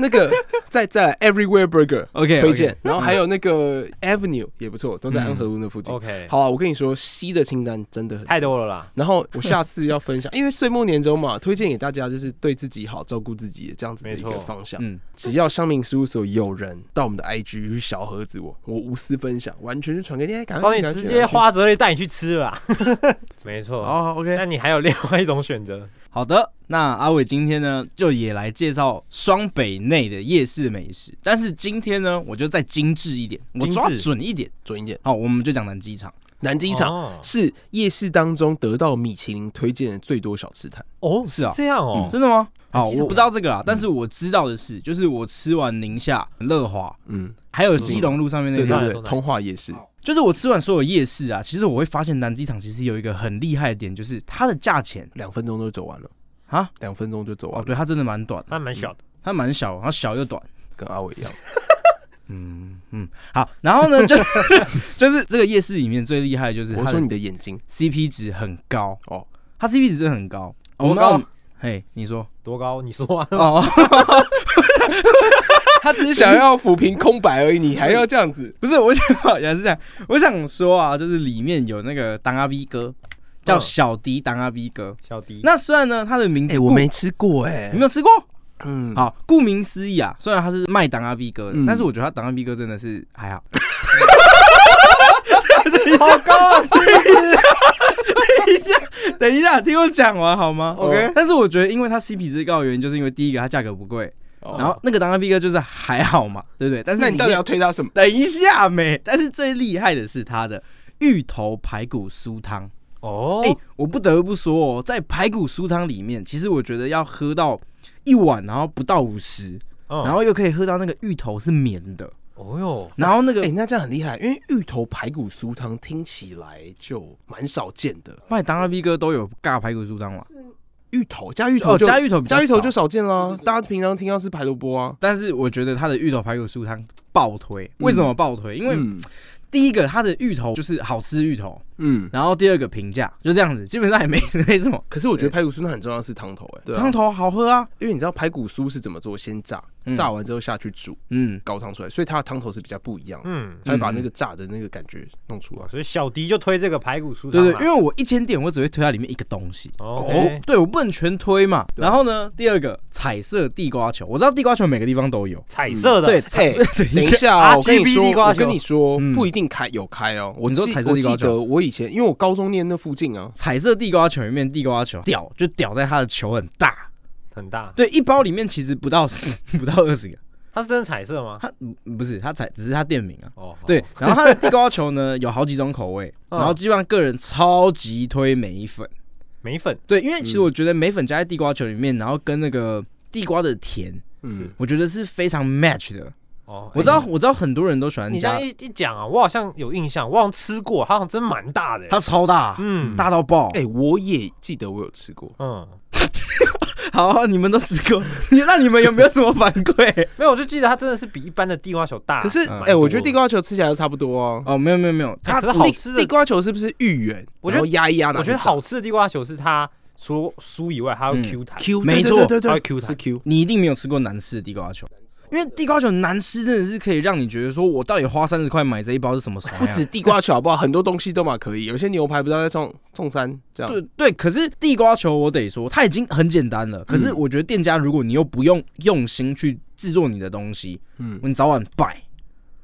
那个再再来 Everywhere <laughs> Burger OK，推荐，然后还有那个 Avenue 也不错，都在安和路那附近。嗯，OK，好啊，我跟你说，西的清单真 <laughs> 的很。太多了啦。然后我下次要分享，因为岁末年终嘛，推荐给大家就是对自己好、照顾自己的这样子的一个没错方向。嗯，只要香民事务所有人到我们的 IG 去小盒子我，我无私分享，完全是传给你，哎赶啊帮快去你赶快去直接赶快去花泽类带你去吃 <laughs> 了啦。没错，哦，OK， <laughs> 那你还有另外一种选择，好的，那阿伟今天呢，就也来介绍双北内的夜市美食，但是今天呢，我就再精致一点，我精致抓准一点。准一点。好，我们就讲南机场。南机场哦是夜市当中得到米其林推荐的最多小吃摊。哦，是啊这样哦，真的吗？好，机场哎我不嗯知道这个啦，但是我知道的是，就是我吃完宁夏、乐华，嗯，还有基隆路上面那对个，对对，通化夜市。就是我吃完所有夜市啊，其实我会发现南机场其实有一个很厉害的点，就是它的价钱两分钟就走完了啊，两分钟就走完哦，了，对，它真的蛮短的，还蛮小的。它蛮小，然后小又短。跟阿伟一样。嗯嗯，好，然后呢，就 <laughs> 就是这个夜市里面最厉害的 <laughs> 就是它我的说你的眼睛 CP 值很高哦， <laughs> 它 CP 值真的很高，多我们要高？嘿，你说多高？你说啊？哦， <laughs> 他只是想要抚平空白而已，你还要这样 <laughs> 子？不是，我想也是这样，我想说啊，就是里面有那个当阿 B 哥，叫嗯小迪当阿 B 哥。 <laughs> 小迪，那虽然呢，他的名字顾吃过哎你没有吃过，嗯，好，顾名思义啊，虽然他是卖当阿 B 哥的嗯，但是我觉得他当阿 B 哥真的是还好。好高啊！等一下，等一下，听我讲完好吗哦 OK 但是我觉得，因为它 CP 值高的原因，就是因为第一个它价格不贵，哦然后那个当阿 B 哥就是还好嘛，对不对？但是那你里到底面要推他什么？等一下没？但是最厉害的是它的芋头排骨酥汤。哦哎、，我不得不说哦，在排骨酥汤里面，其实我觉得要喝到一碗，然后不到五十、哦嗯然后又可以喝到那个芋头是绵的，哦哟，然后那个、哎，那这样很厉害，因为芋头排骨酥汤听起来就蛮少见的，卖当阿 B 哥都有尬排骨酥汤嘛，芋头加芋头哦就加芋头比较加芋头就少少见啦，大家平常听到是排萝卜啊。但是我觉得它的芋头排骨酥汤爆推，为什么爆推？因为嗯第一个它的芋头就是好吃芋头，嗯，然后第二个平价就这样子，基本上也没 <laughs> 没什么。可是我觉得排骨酥那很重要的是汤头哎，对啊汤，头好喝啊，因为你知道排骨酥是怎么做，先炸，嗯炸完之后下去煮嗯，高汤出来，所以它的汤头是比较不一样的。嗯，他会把那个炸的那个感觉弄出来。所以小迪就推这个排骨酥对汤对，嘛因为我一间店我只会推它里面一个东西。哦，OK，对，我不能全推嘛。然后呢，第二个彩色地瓜球，我知道地瓜球每个地方都有。彩色的，嗯 <laughs> 对，哎彩 <laughs> 等等一一下，下哦，我跟你 RGB 说地，瓜我球跟你说嗯，不一定开有开哦。我你说记彩色地瓜我记球得我以前，因为我高中念那附近啊，彩色地瓜球里面地瓜球屌就屌在它的球很大，很大。对，一包里面其实不到十 <laughs> 不到二十个，它是真的彩色吗？它不是它彩只是它店名啊。哦，好对，然后它的地瓜球呢有好几种口味，嗯然后基本上个人超级推梅粉。眉粉嗯对，因为其实我觉得梅粉加在地瓜球里面，然后跟那个地瓜的甜，嗯，我觉得是非常 match 的。哦，我知道哎，我知道很多人都喜欢你这加样一，一讲啊，我好像有印象，我好像吃过，它好像真蛮大的欸。它超大，嗯大到爆。哎、我也记得我有吃过，嗯，好啊，你们都吃过，你那你们有没有什么反馈？ <laughs> 没有，我就记得它真的是比一般的地瓜球大。可是嗯哎、我觉得地瓜球吃起来都差不多哦。哦，没有没有没有，哎它可是好地吃地的，瓜球是不是芋圆？我觉然后得压一压，我觉得拿去炸好吃的地瓜球是它除了酥以外，还有嗯 Q 弹， Q，没对错对对它对会 Q 对，是弹。哎 Q，你一定没有吃过难吃的地瓜球，因为地瓜球难吃真的是可以让你觉得说，我到底花三十块买这一包是什么什不么止样？地瓜球好不好？很多东西都嘛可以，有些牛排不知道在冲冲三这样。对对，可是地瓜球我得说，它已经很简单了。可是我觉得店家如果你又不用用心去制作你的东西，嗯，你早晚败。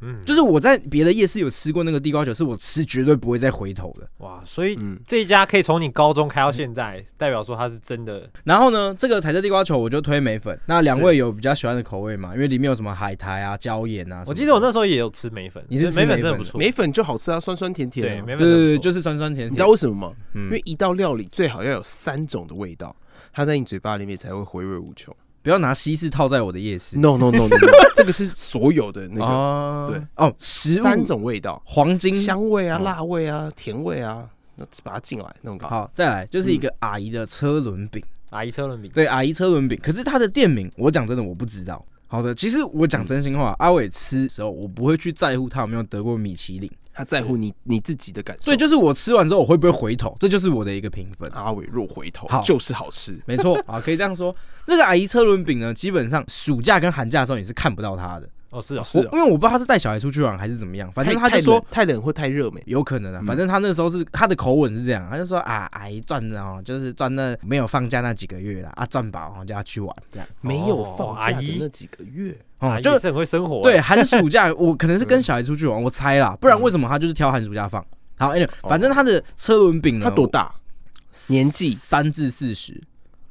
嗯，就是我在别的夜市有吃过那个地瓜球，是我吃绝对不会再回头的。哇，所以嗯这一家可以从你高中开到现嗯在，代表说它是真的。然后呢，这个彩色地瓜球我就推梅粉。那两是位有比较喜欢的口味吗？因为里面有什么海苔啊、椒盐啊什么的。我记得我那时候也有吃梅粉，你是吃梅粉梅真的粉不的错，梅粉就好吃啊，酸酸甜甜、对啊。梅粉对真的对不对，错就是酸酸甜甜。你知道为什么吗？嗯因为一道料理最好要有三种的味道，它在你嘴巴里面才会回味无穷。不要拿西式套在我的夜市 No no no no，, no 这个是所有的那个哦对哦，食物三种味道，黄金香味啊、嗯辣味啊、甜味啊，那把它进来那种感觉。好，再来就是一个阿姨的车轮饼，嗯阿姨车轮饼。对，阿姨车轮饼。可是它的店名，我讲真的我不知道。好的，其实我讲真心话，阿伟吃的时候，我不会去在乎他有没有得过米其林，他在乎你你自己的感受。所以就是我吃完之后我会不会回头，这就是我的一个评分。阿伟若回头好，就是好吃。没 <laughs> 错啊，可以这样说。这个阿姨车轮饼呢，基本上暑假跟寒假的时候你是看不到它的，哦，是哦，是哦我因为我不知道他是带小孩出去玩还是怎么样，反正太他就太说冷太冷或太热没。有可能啊，嗯反正他那时候是他的口吻是这样，他就说啊，阿姨赚的哦，就是赚那没有放假那几个月啦，啊赚饱然后就要去玩这样，没有放阿假的姨那几个月，哦、阿姨就是很会生活欸。对啊寒 <laughs> 暑假我可能是跟小孩出去玩，我猜啦，不然为什么他就是挑寒暑假放？好，anyway，反正他的车轮饼呢，他哦多大？年纪三至四十。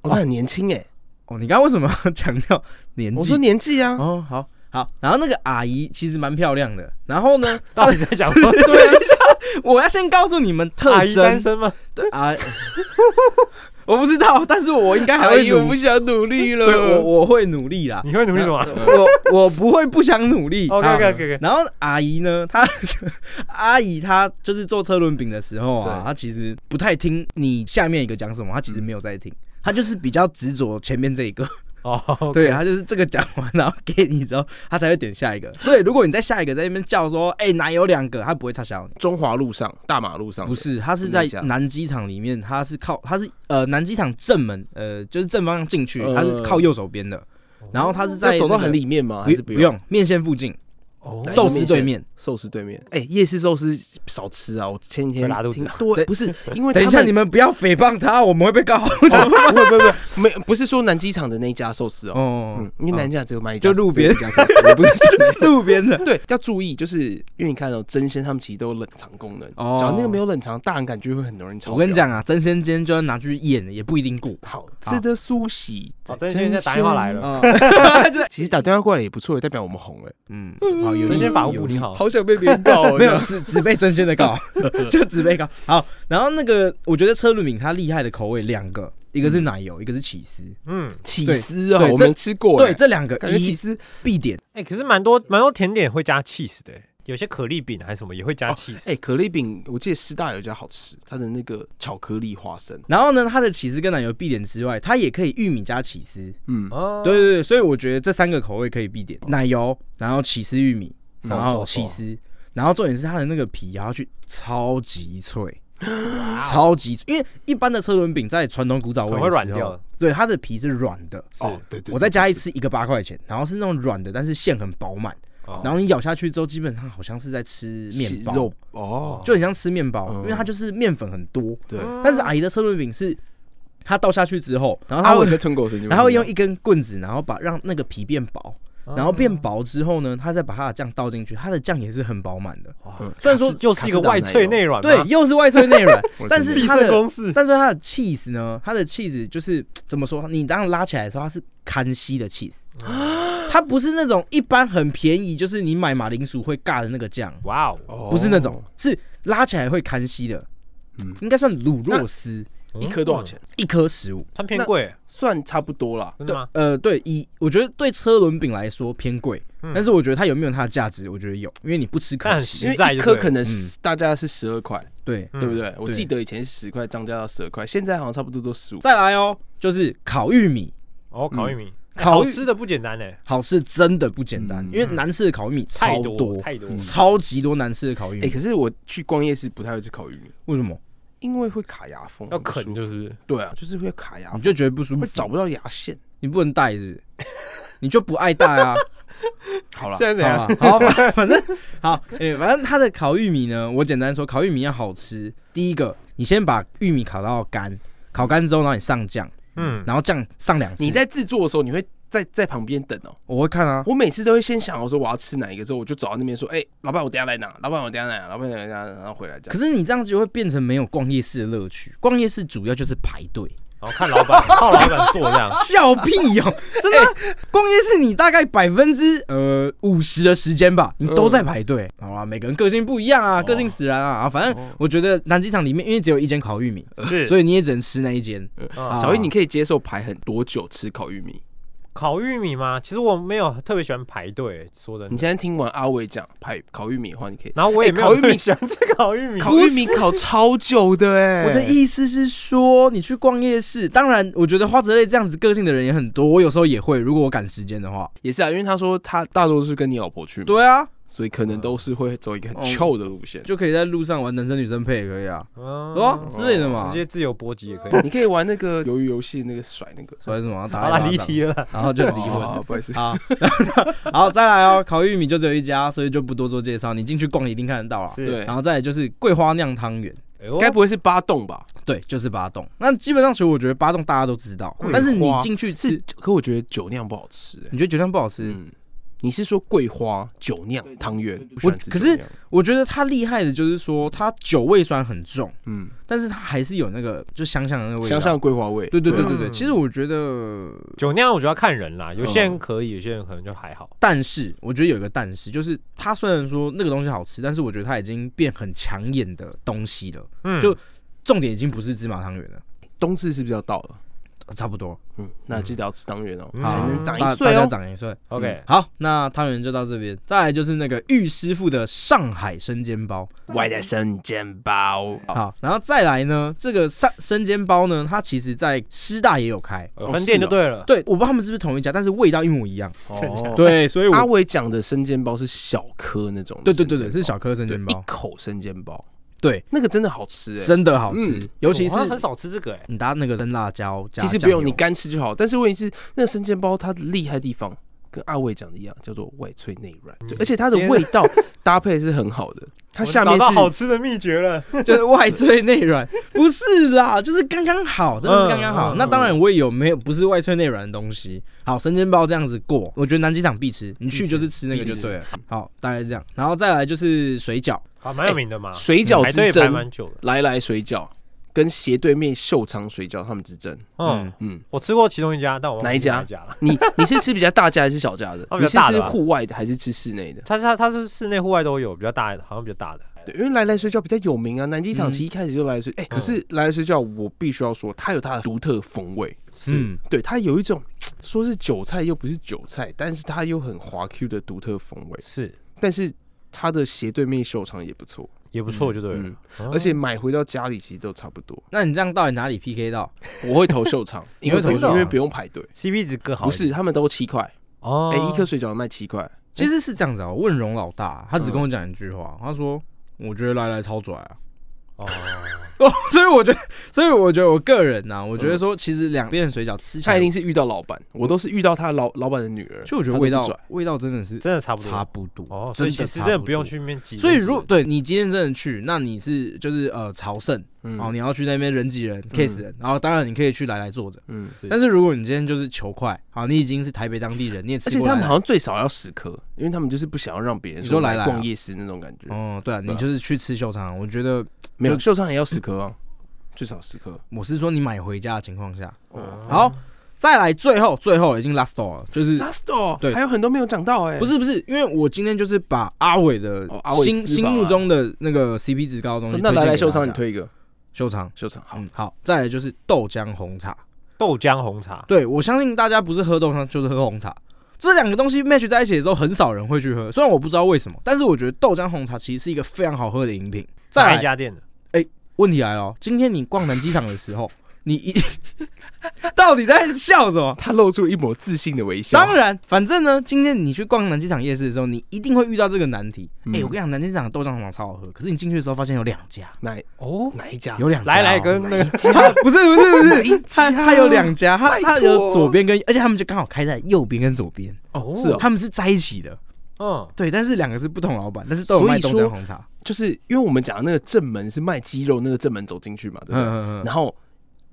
哦，那很年轻哎。哦，你刚刚为什么要强调年我说纪？年纪啊，哦，好好，然后那个阿姨其实蛮漂亮的，然后呢， <laughs> 到底在讲什 <laughs> 么？对 <laughs> 啊，我要先告诉你们阿特姨单征身吗？啊， <laughs> 我不知道，但是我应该还会努力。想努力对，我我会努 <laughs> 力啦。你会努力什么哦我我不会不想努力。 ？OK 好 OK OK 然后阿姨呢，她 <laughs> 阿姨她就是做车轮饼的时候啊，是她其实不太听你下面一个讲什么，她其实没有在听，她就是比较执着前面这一个。哦，啊对，她就是这个讲完，然后给你之后，她才会点下一个。所以如果你在下一个在那边叫说，哎、哪有两个，她不会插小你。中华路上大马路上不是，它是是在哪一家南机场里面，它是靠它是呃南机场正门，呃就是正方向进去，呃哦它是靠右手边的，然后它是在要走到那个很里面吗？还是不不用？用面线附近哪哦一个寿司面对线面。寿司对面，哎，夜市寿司少吃啊！我前几天会拉肚子听啊对，不是因为等一下，他你们不要诽谤他，我们会被告。 <laughs> 哦不会不会不会，没不是说南机场的那一家寿司哦，哦，嗯，因为南机场只有卖一家就路边只有一家寿司，我不是 <laughs> 讲那个路边的 <laughs> 对，要注意，就是因为你看到、哦真鲜他们其实都有冷藏功能，哦只要那个没有冷藏，大人感觉会很多人吵。我跟你，讲啊，真仙煎就算拿去演，也不一定过。好吃的苏喜，哦啊真鲜现在打电话来了真鲜，其实打电话过来也不错，代表我们红了。嗯，好，有真利仙法务有部利你好，好想被别人告、哦， <laughs> 没有这样只只被真仙的 <laughs> 告， <laughs> 就只被告。好，然后那个我觉得车轮饼它厉害的口味两个，一个是奶油，一个是起司。嗯，起对司啊、对我哦这们吃过、对，对，这两个感觉起一司必点。哎，可是蛮多蛮多甜点会加 cheese 的欸，有些可丽饼还是什么也会加哦 cheese。哎、可丽饼，我记得师大有一家好吃，它的那个巧克力花生，然后呢，它的起司跟奶油必点之外，它也可以玉米加起司。嗯，哦，对对对，所以我觉得这三个口味可以必点：奶油，然后起司玉米，嗯然后起司，然后重点是它的那个皮咬下去超级脆， <gasps> 哇哦，超级脆，因为一般的车轮饼在传统古早味可能会的软时掉候的，对它的皮是软的。哦，对对我在家一吃一个八块钱，然后是那种软的，但是馅很饱满，哦然后你咬下去之后，基本上好像是在吃面包，肉哦，就很像吃面包，嗯因为它就是面粉很多。对。但是阿姨的车轮饼是它倒下去之后，然后它阿会伟在吞口水， <laughs> 然后用一根棍子，然后把让那个皮变薄，哦然后嗯变薄之后呢，他再把他的酱倒进去，他的酱也是很饱满的。哇虽然说又是一个外脆内软吗，对，又是外脆 <laughs> 内软，但是必它的胜公 <laughs> 式。但是它的 cheese 呢，它的 cheese 就是怎么说？你当拉起来的时候，它是堪西的 <gasps> cheese，它不是那种一般很便宜，就是你买马铃薯会尬的那个酱，哇哦，哦嗯不是那种，是拉起来会堪西的，应该算乳酪丝。一颗多少钱？一颗十五。算偏贵，算差不多啦。真的对吗？，呃，对，以我觉得对车轮饼来说偏贵，嗯但是我觉得它有没有它的价值，我觉得有，因为你不吃但可很惜。因为实在一就颗对可能了嗯是大家是十二块，对，嗯对不对？我对记得以前是十块，涨价到十二块，现在好像差不多都十五。再来哦，就是烤玉米，哦，烤玉米，烤好玉吃的不简单哎，好吃真的不简单，嗯因为南市的烤玉米太超嗯多太多，超级多南市的烤玉哎，嗯米，可是我去逛夜市不太会吃烤玉米，为什么？因为会卡牙缝，要很不舒啃服就是对啊，就是会卡牙你缝，就觉得不舒服会，找不到牙线。你不能带是不是？你就不爱带 <laughs> 啊？好了，在好吧，啊好，反反正好，哎，反正它的烤玉米呢，我简单说，烤玉米要好吃，第一个，你先把玉米烤到干，烤干之后，然后你上酱，嗯，然后酱上两次，你在制作的时候，你会在在旁边等哦。我会看啊，我每次都会先想，我说我要吃哪一个，之后我就走到那边说，哎，老板，我等一下来拿，老板，我等一下来拿，老板，我等一下来拿，然后回来这可样。是你这样就会变成没有逛夜市的乐趣。逛夜市主要就是排队，然后看老板，靠老板做这 <laughs> 样，笑屁哟、真的、哎逛夜市你大概百分之呃五十的时间吧，你都在排队。嗯好啦，每个人个性不一样啊，哦个性使然啊。啊反正哦我觉得南机场里面，因为只有一间烤玉米，是，所以你也只能吃那一间。嗯啊小易，你可以接受排很多久吃烤玉米？烤玉米吗？其实我没有特别喜欢排队，说真你的。现在听完阿伟讲排烤玉米的话，你可以然后我也哎没有烤玉米特别喜欢吃烤玉米，烤玉米烤超久的哎、我的意思是说，你去逛夜市，当然我觉得花泽类这样子个性的人也很多，我有时候也会，如果我赶时间的话。也是啊，因为他说他大多数是跟你老婆嗯去嘛，对啊，所以可能都是会走一个很嗯 chill 的路线。就可以在路上玩男生女生配也可以啊，嗯对啊之类的嘛直。接自由搏击也可以。你可以玩那个 <laughs> 鱿鱼游戏，那个甩那个。所以什么然后好打啦，一巴离掌题了啦。然后就离婚。哦，不好意思。啊， <laughs> 好，再来哦，烤玉米就只有一家，所以就不多做介绍，你进去逛一定看得到啦。是，对然后再来就是桂花酿汤圆，哎呦该不会是八洞吧？对，就是八洞。那基本上其实我觉得八洞大家都知道桂，花但是你进去是吃，，可我觉得酒酿不好吃哎、你觉得酒酿不好吃？嗯，你是说桂花酒酿汤圆？不喜欢吃可是酒酿我觉得它厉害的就是说它酒味虽然很重，嗯，但是它还是有那个就香香的那个味道。香香的桂花味。啊对对对对对对，嗯其实我觉得，酒酿，我觉得要看人啦，有些人可以，有些人可能就还好。但是我觉得有一个但是，就是它虽然说那个东西好吃，但是我觉得它已经变很抢眼的东西了。嗯，就重点已经不是芝麻汤圆了，冬至是不是要到了？差不多。嗯，那记得要吃汤圆哦，嗯才能长大一岁大家哦。长一岁。 OK，好，那汤圆就到这边。再来就是那个玉师傅的上海生煎包。外带生煎包，好好，然后再来呢，这个上生煎包呢，它其实在师大也有开。呃哦分店是就哦对了。对，我不知道他们是不是同一家，但是味道一模一样。真假哦对，所以阿我伟讲的生煎包是小颗那种对的生对煎包，对对，是小颗生对煎一包，口生煎包，对，那个真的好吃哎、真的好吃嗯，尤其是我好像很少吃这个哎。你搭那个生辣椒加其实不酱用油你干吃就好，但是问题是，那个生煎包它的厉害地方跟阿伟讲的一样，叫做外脆内软，对，而且它的天啊味道搭配是很好的，嗯 <laughs> 它我下找面到好是吃的秘诀了。 <laughs> 就是外脆内软，不是啦，就是刚刚好，真的是刚刚好。嗯嗯那当然我也有没有不是外脆内软的东西。好，生煎包这样子过，我觉得南机场必吃，你去就是吃那个就对了。好，大概这样，然后再来就是水饺，好，蛮有名的嘛。水饺排之队排争，蛮久的。来来水饺跟斜对面秀昌水饺他们之争，嗯嗯，嗯，我吃过其中一家，但我忘记哪一家哪一家了。你你是吃比较大家还是小 <laughs> 家的它？比你较是大的吃吧户外的还是吃室内的？它是它它是室内户外都有，比较大的，好像比较大的。对，因为来来水饺比较有名啊，南机场嗯其实一开始就来来水，哎、可是来来水饺我必须要说，它有它的独特风味，嗯，对，它有一种说是韭菜又不是韭菜，但是它又很滑 Q 的独特风味，是但是它的斜对面秀场也不错，也不错，就对了嗯。，而且买回到家里其实都差不多，那你这样到底哪里 PK 到？我会投秀 <laughs> 场，因为你会投秀场因为不用排队， CP 值更好一不点。是他们都七块，哦，哎、一颗水饺卖七块，其实是这样子啊，我问荣老大，他只跟我讲一句话，他说我觉得来来超拽啊。哦，哦， <laughs> 所以我觉得，所以我觉得我个人呢、我觉得说其实两边的水饺吃起他来一，定是遇到老板，我都是遇到他老老板的女儿，就我觉得她都味不道拽味道真的是真的差不多差。不多哦，所真以的其实差真的不不用多去面挤。所以如果对你今天真的去，那你是就是呃朝圣、嗯哦，你要去那边人挤人、kiss 人，然后当然你可以去来来坐着。嗯，对但是如果你今天就是求快，好，你已经是台北当地人，你也而吃且过来他来们好像最少要十颗，因为他们就是不想要让别人你说来来啊逛夜市那种感觉，哦，对啊，对你啊就是去吃秀场，我觉得没有就秀场也要十颗啊，最少十颗。我是说你买回家的情况下，嗯哦好，再来最后最后已经 last door 了，就是 Last door，对还有很多没有讲到哎、不是不是，因为我今天就是把阿伟的哦阿伟心私房心啊目中的那个 CP 值高的东说西，那来来秀场，你推荐给大家。推一个修长。修长好，嗯，好，再来就是豆浆红茶。豆浆红茶，对我相信大家不是喝豆浆就是喝红茶，这两个东西 match 在一起的时候，很少人会去喝。虽然我不知道为什么，但是我觉得豆浆红茶其实是一个非常好喝的饮品。再哪一来，家店的？问题来了哦，今天你逛南机场的时候，你一 <laughs> 到底在笑什么？他露出了一抹自信的微笑。啊当然，反正呢，今天你去逛南机场夜市的时候，你一定会遇到这个难题。哎、嗯我跟你讲，南机场的豆浆红茶超好喝，可是你进去的时候发现有两家，哪哦，哪一家？有两家、来来 <laughs> 跟那个他不是不是不哪一是，家他他有两家，他拜托他有左边跟，而且他们就刚好开在右边跟左边， <laughs> 哦是哦他们是在一起的。嗯，对，但是两个是不同老板，但是都有所以卖豆说浆红茶。就是因为我们讲的那个正门是卖鸡肉那个正门走进去嘛，对不对？嗯嗯嗯，然后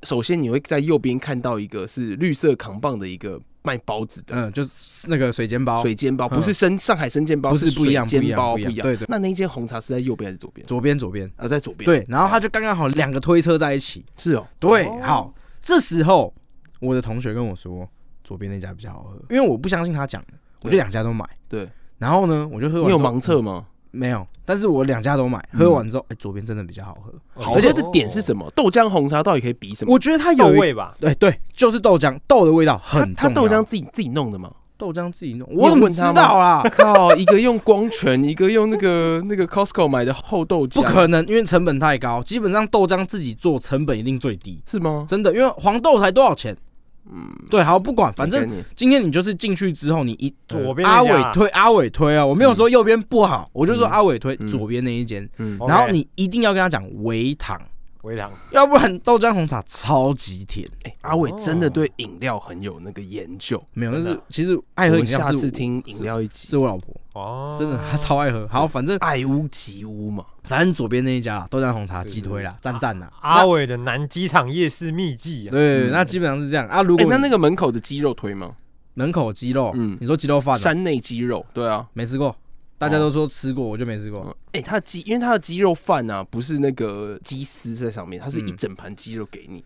首先你会在右边看到一个是绿色扛棒的一个卖包子的。嗯，就是那个水煎包，水煎包嗯不是生上海生煎包，不是不一样水煎包不一样不一样对对那那一间红茶是在右边还是左边？左边左边。啊，在左边。，对，然后他就刚刚好两个推车在一起。是哦，对，哦好，这时候我的同学跟我说，左边那家比较好喝，因为我不相信他讲的，我就两家都买。对，然后呢，我就喝你完。有盲测？嗯吗？没有，但是我两家都买，喝完之后，哎，左边真的比较好喝。好而喝且的点是什么？豆浆红茶到底可以比什么？我觉得它豆有一，味吧？对对，就是豆浆，豆的味道很他重他豆浆要。自己自己弄的吗？豆浆自己弄，有我怎么问知他吗道啊啦？靠，一个用光泉，一个用那个 <laughs> 那个 Costco 买的厚豆浆，不可能，因为成本太高。基本上豆浆自己做成本一定最低，是吗？真的，因为黄豆才多少钱？嗯，对，好不管，反没正概念今天你就是进去之后，你一呃左边阿那家伟推阿伟推啊，我没有说右边不好，我就说嗯阿伟推嗯左边那一间，嗯 OK 然后你一定要跟他讲微糖，微糖，要不然豆浆红茶超级甜。哎、阿伟真的对饮料很有那个研究。没有，那真的是其实爱喝哦哎我饮们料下是次我听饮料一集，是我老婆，哦，真的她超爱喝。好，反正爱屋及乌嘛。反正左边那一家啦，豆浆红茶鸡推啦，赞赞啦。啊阿伟的南机场夜市秘籍那啊，对，嗯那基本上是这样啊。如哎、果那那你个门口的鸡肉推吗？门口鸡肉，嗯你说鸡肉饭啊山内鸡肉，对啊。没吃过，大家都说吃过，我就没吃过。嗯哎、它的鸡，因为它的鸡肉饭啊，不是那个鸡丝在上面，它是一嗯整盘鸡肉给你。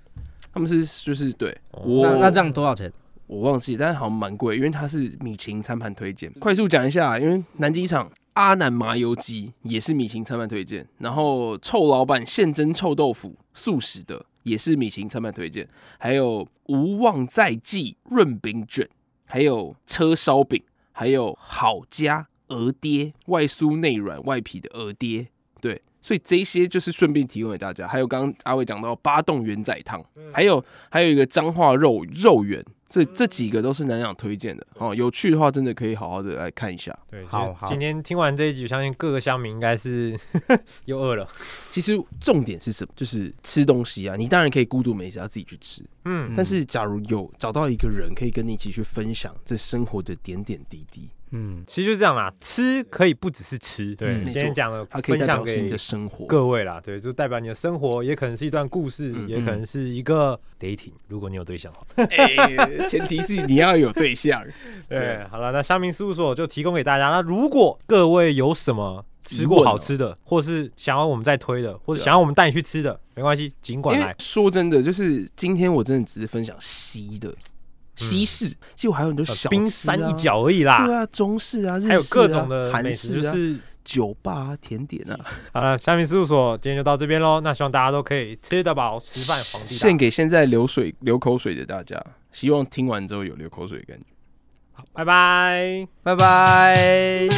他们是就是对哦我那那这样多少钱？我忘记，但是好像蛮贵，因为它是米其林餐盘推荐。快速讲一下，啊因为南机场阿南麻油鸡也是米其林餐盘推荐，然后臭老板现蒸臭豆腐素食的也是米其林餐盘推荐，还有无望在即润饼卷，还有车烧饼，还有好家鹅爹外酥内软外皮的鹅爹，对。所以这些就是顺便提供给大家，还有刚刚阿伟讲到八洞圆仔汤，嗯还有还有一个彰化肉肉圆，这这几个都是南洋推荐的哦。有趣的话，真的可以好好的来看一下。对，好今好今天听完这一集，相信各个乡民应该是 <laughs> 又饿了。其实重点是什么？就是吃东西啊，你当然可以孤独美食，要自己去吃。嗯，但是假如有找到一个人可以跟你一起去分享这生活的点点滴滴，嗯，其实就这样啦，吃可以不只是吃，对，嗯你今天讲了，它可以代分享表是你给的生活。各位啦，对，就代表你的生活，也可能是一段故事，嗯也可能是一个 dating，如果你有对象的话。哎前提是你要有对象。对对，好了，那乡民事务所就提供给大家。那如果各位有什么吃过好吃的，或是想要我们再推的，或哦者对啊想要我们带你去吃的，没关系，尽 <laughs> 管因来为。说真的，就是今天我真的只是分享西的西式，其实我还有很多呃小吃啊冰山一。角而已啦，对啊，中式啊，日式啊还有各种的美韩食，式就啊，是酒吧啊，甜点啊，好了，虾米事务所今天就到这边喽。那希望大家都可以吃得饱，吃饭皇帝大。啊献给现在流水流口水的大家，希望听完之后有流口水的感觉。拜拜。拜拜。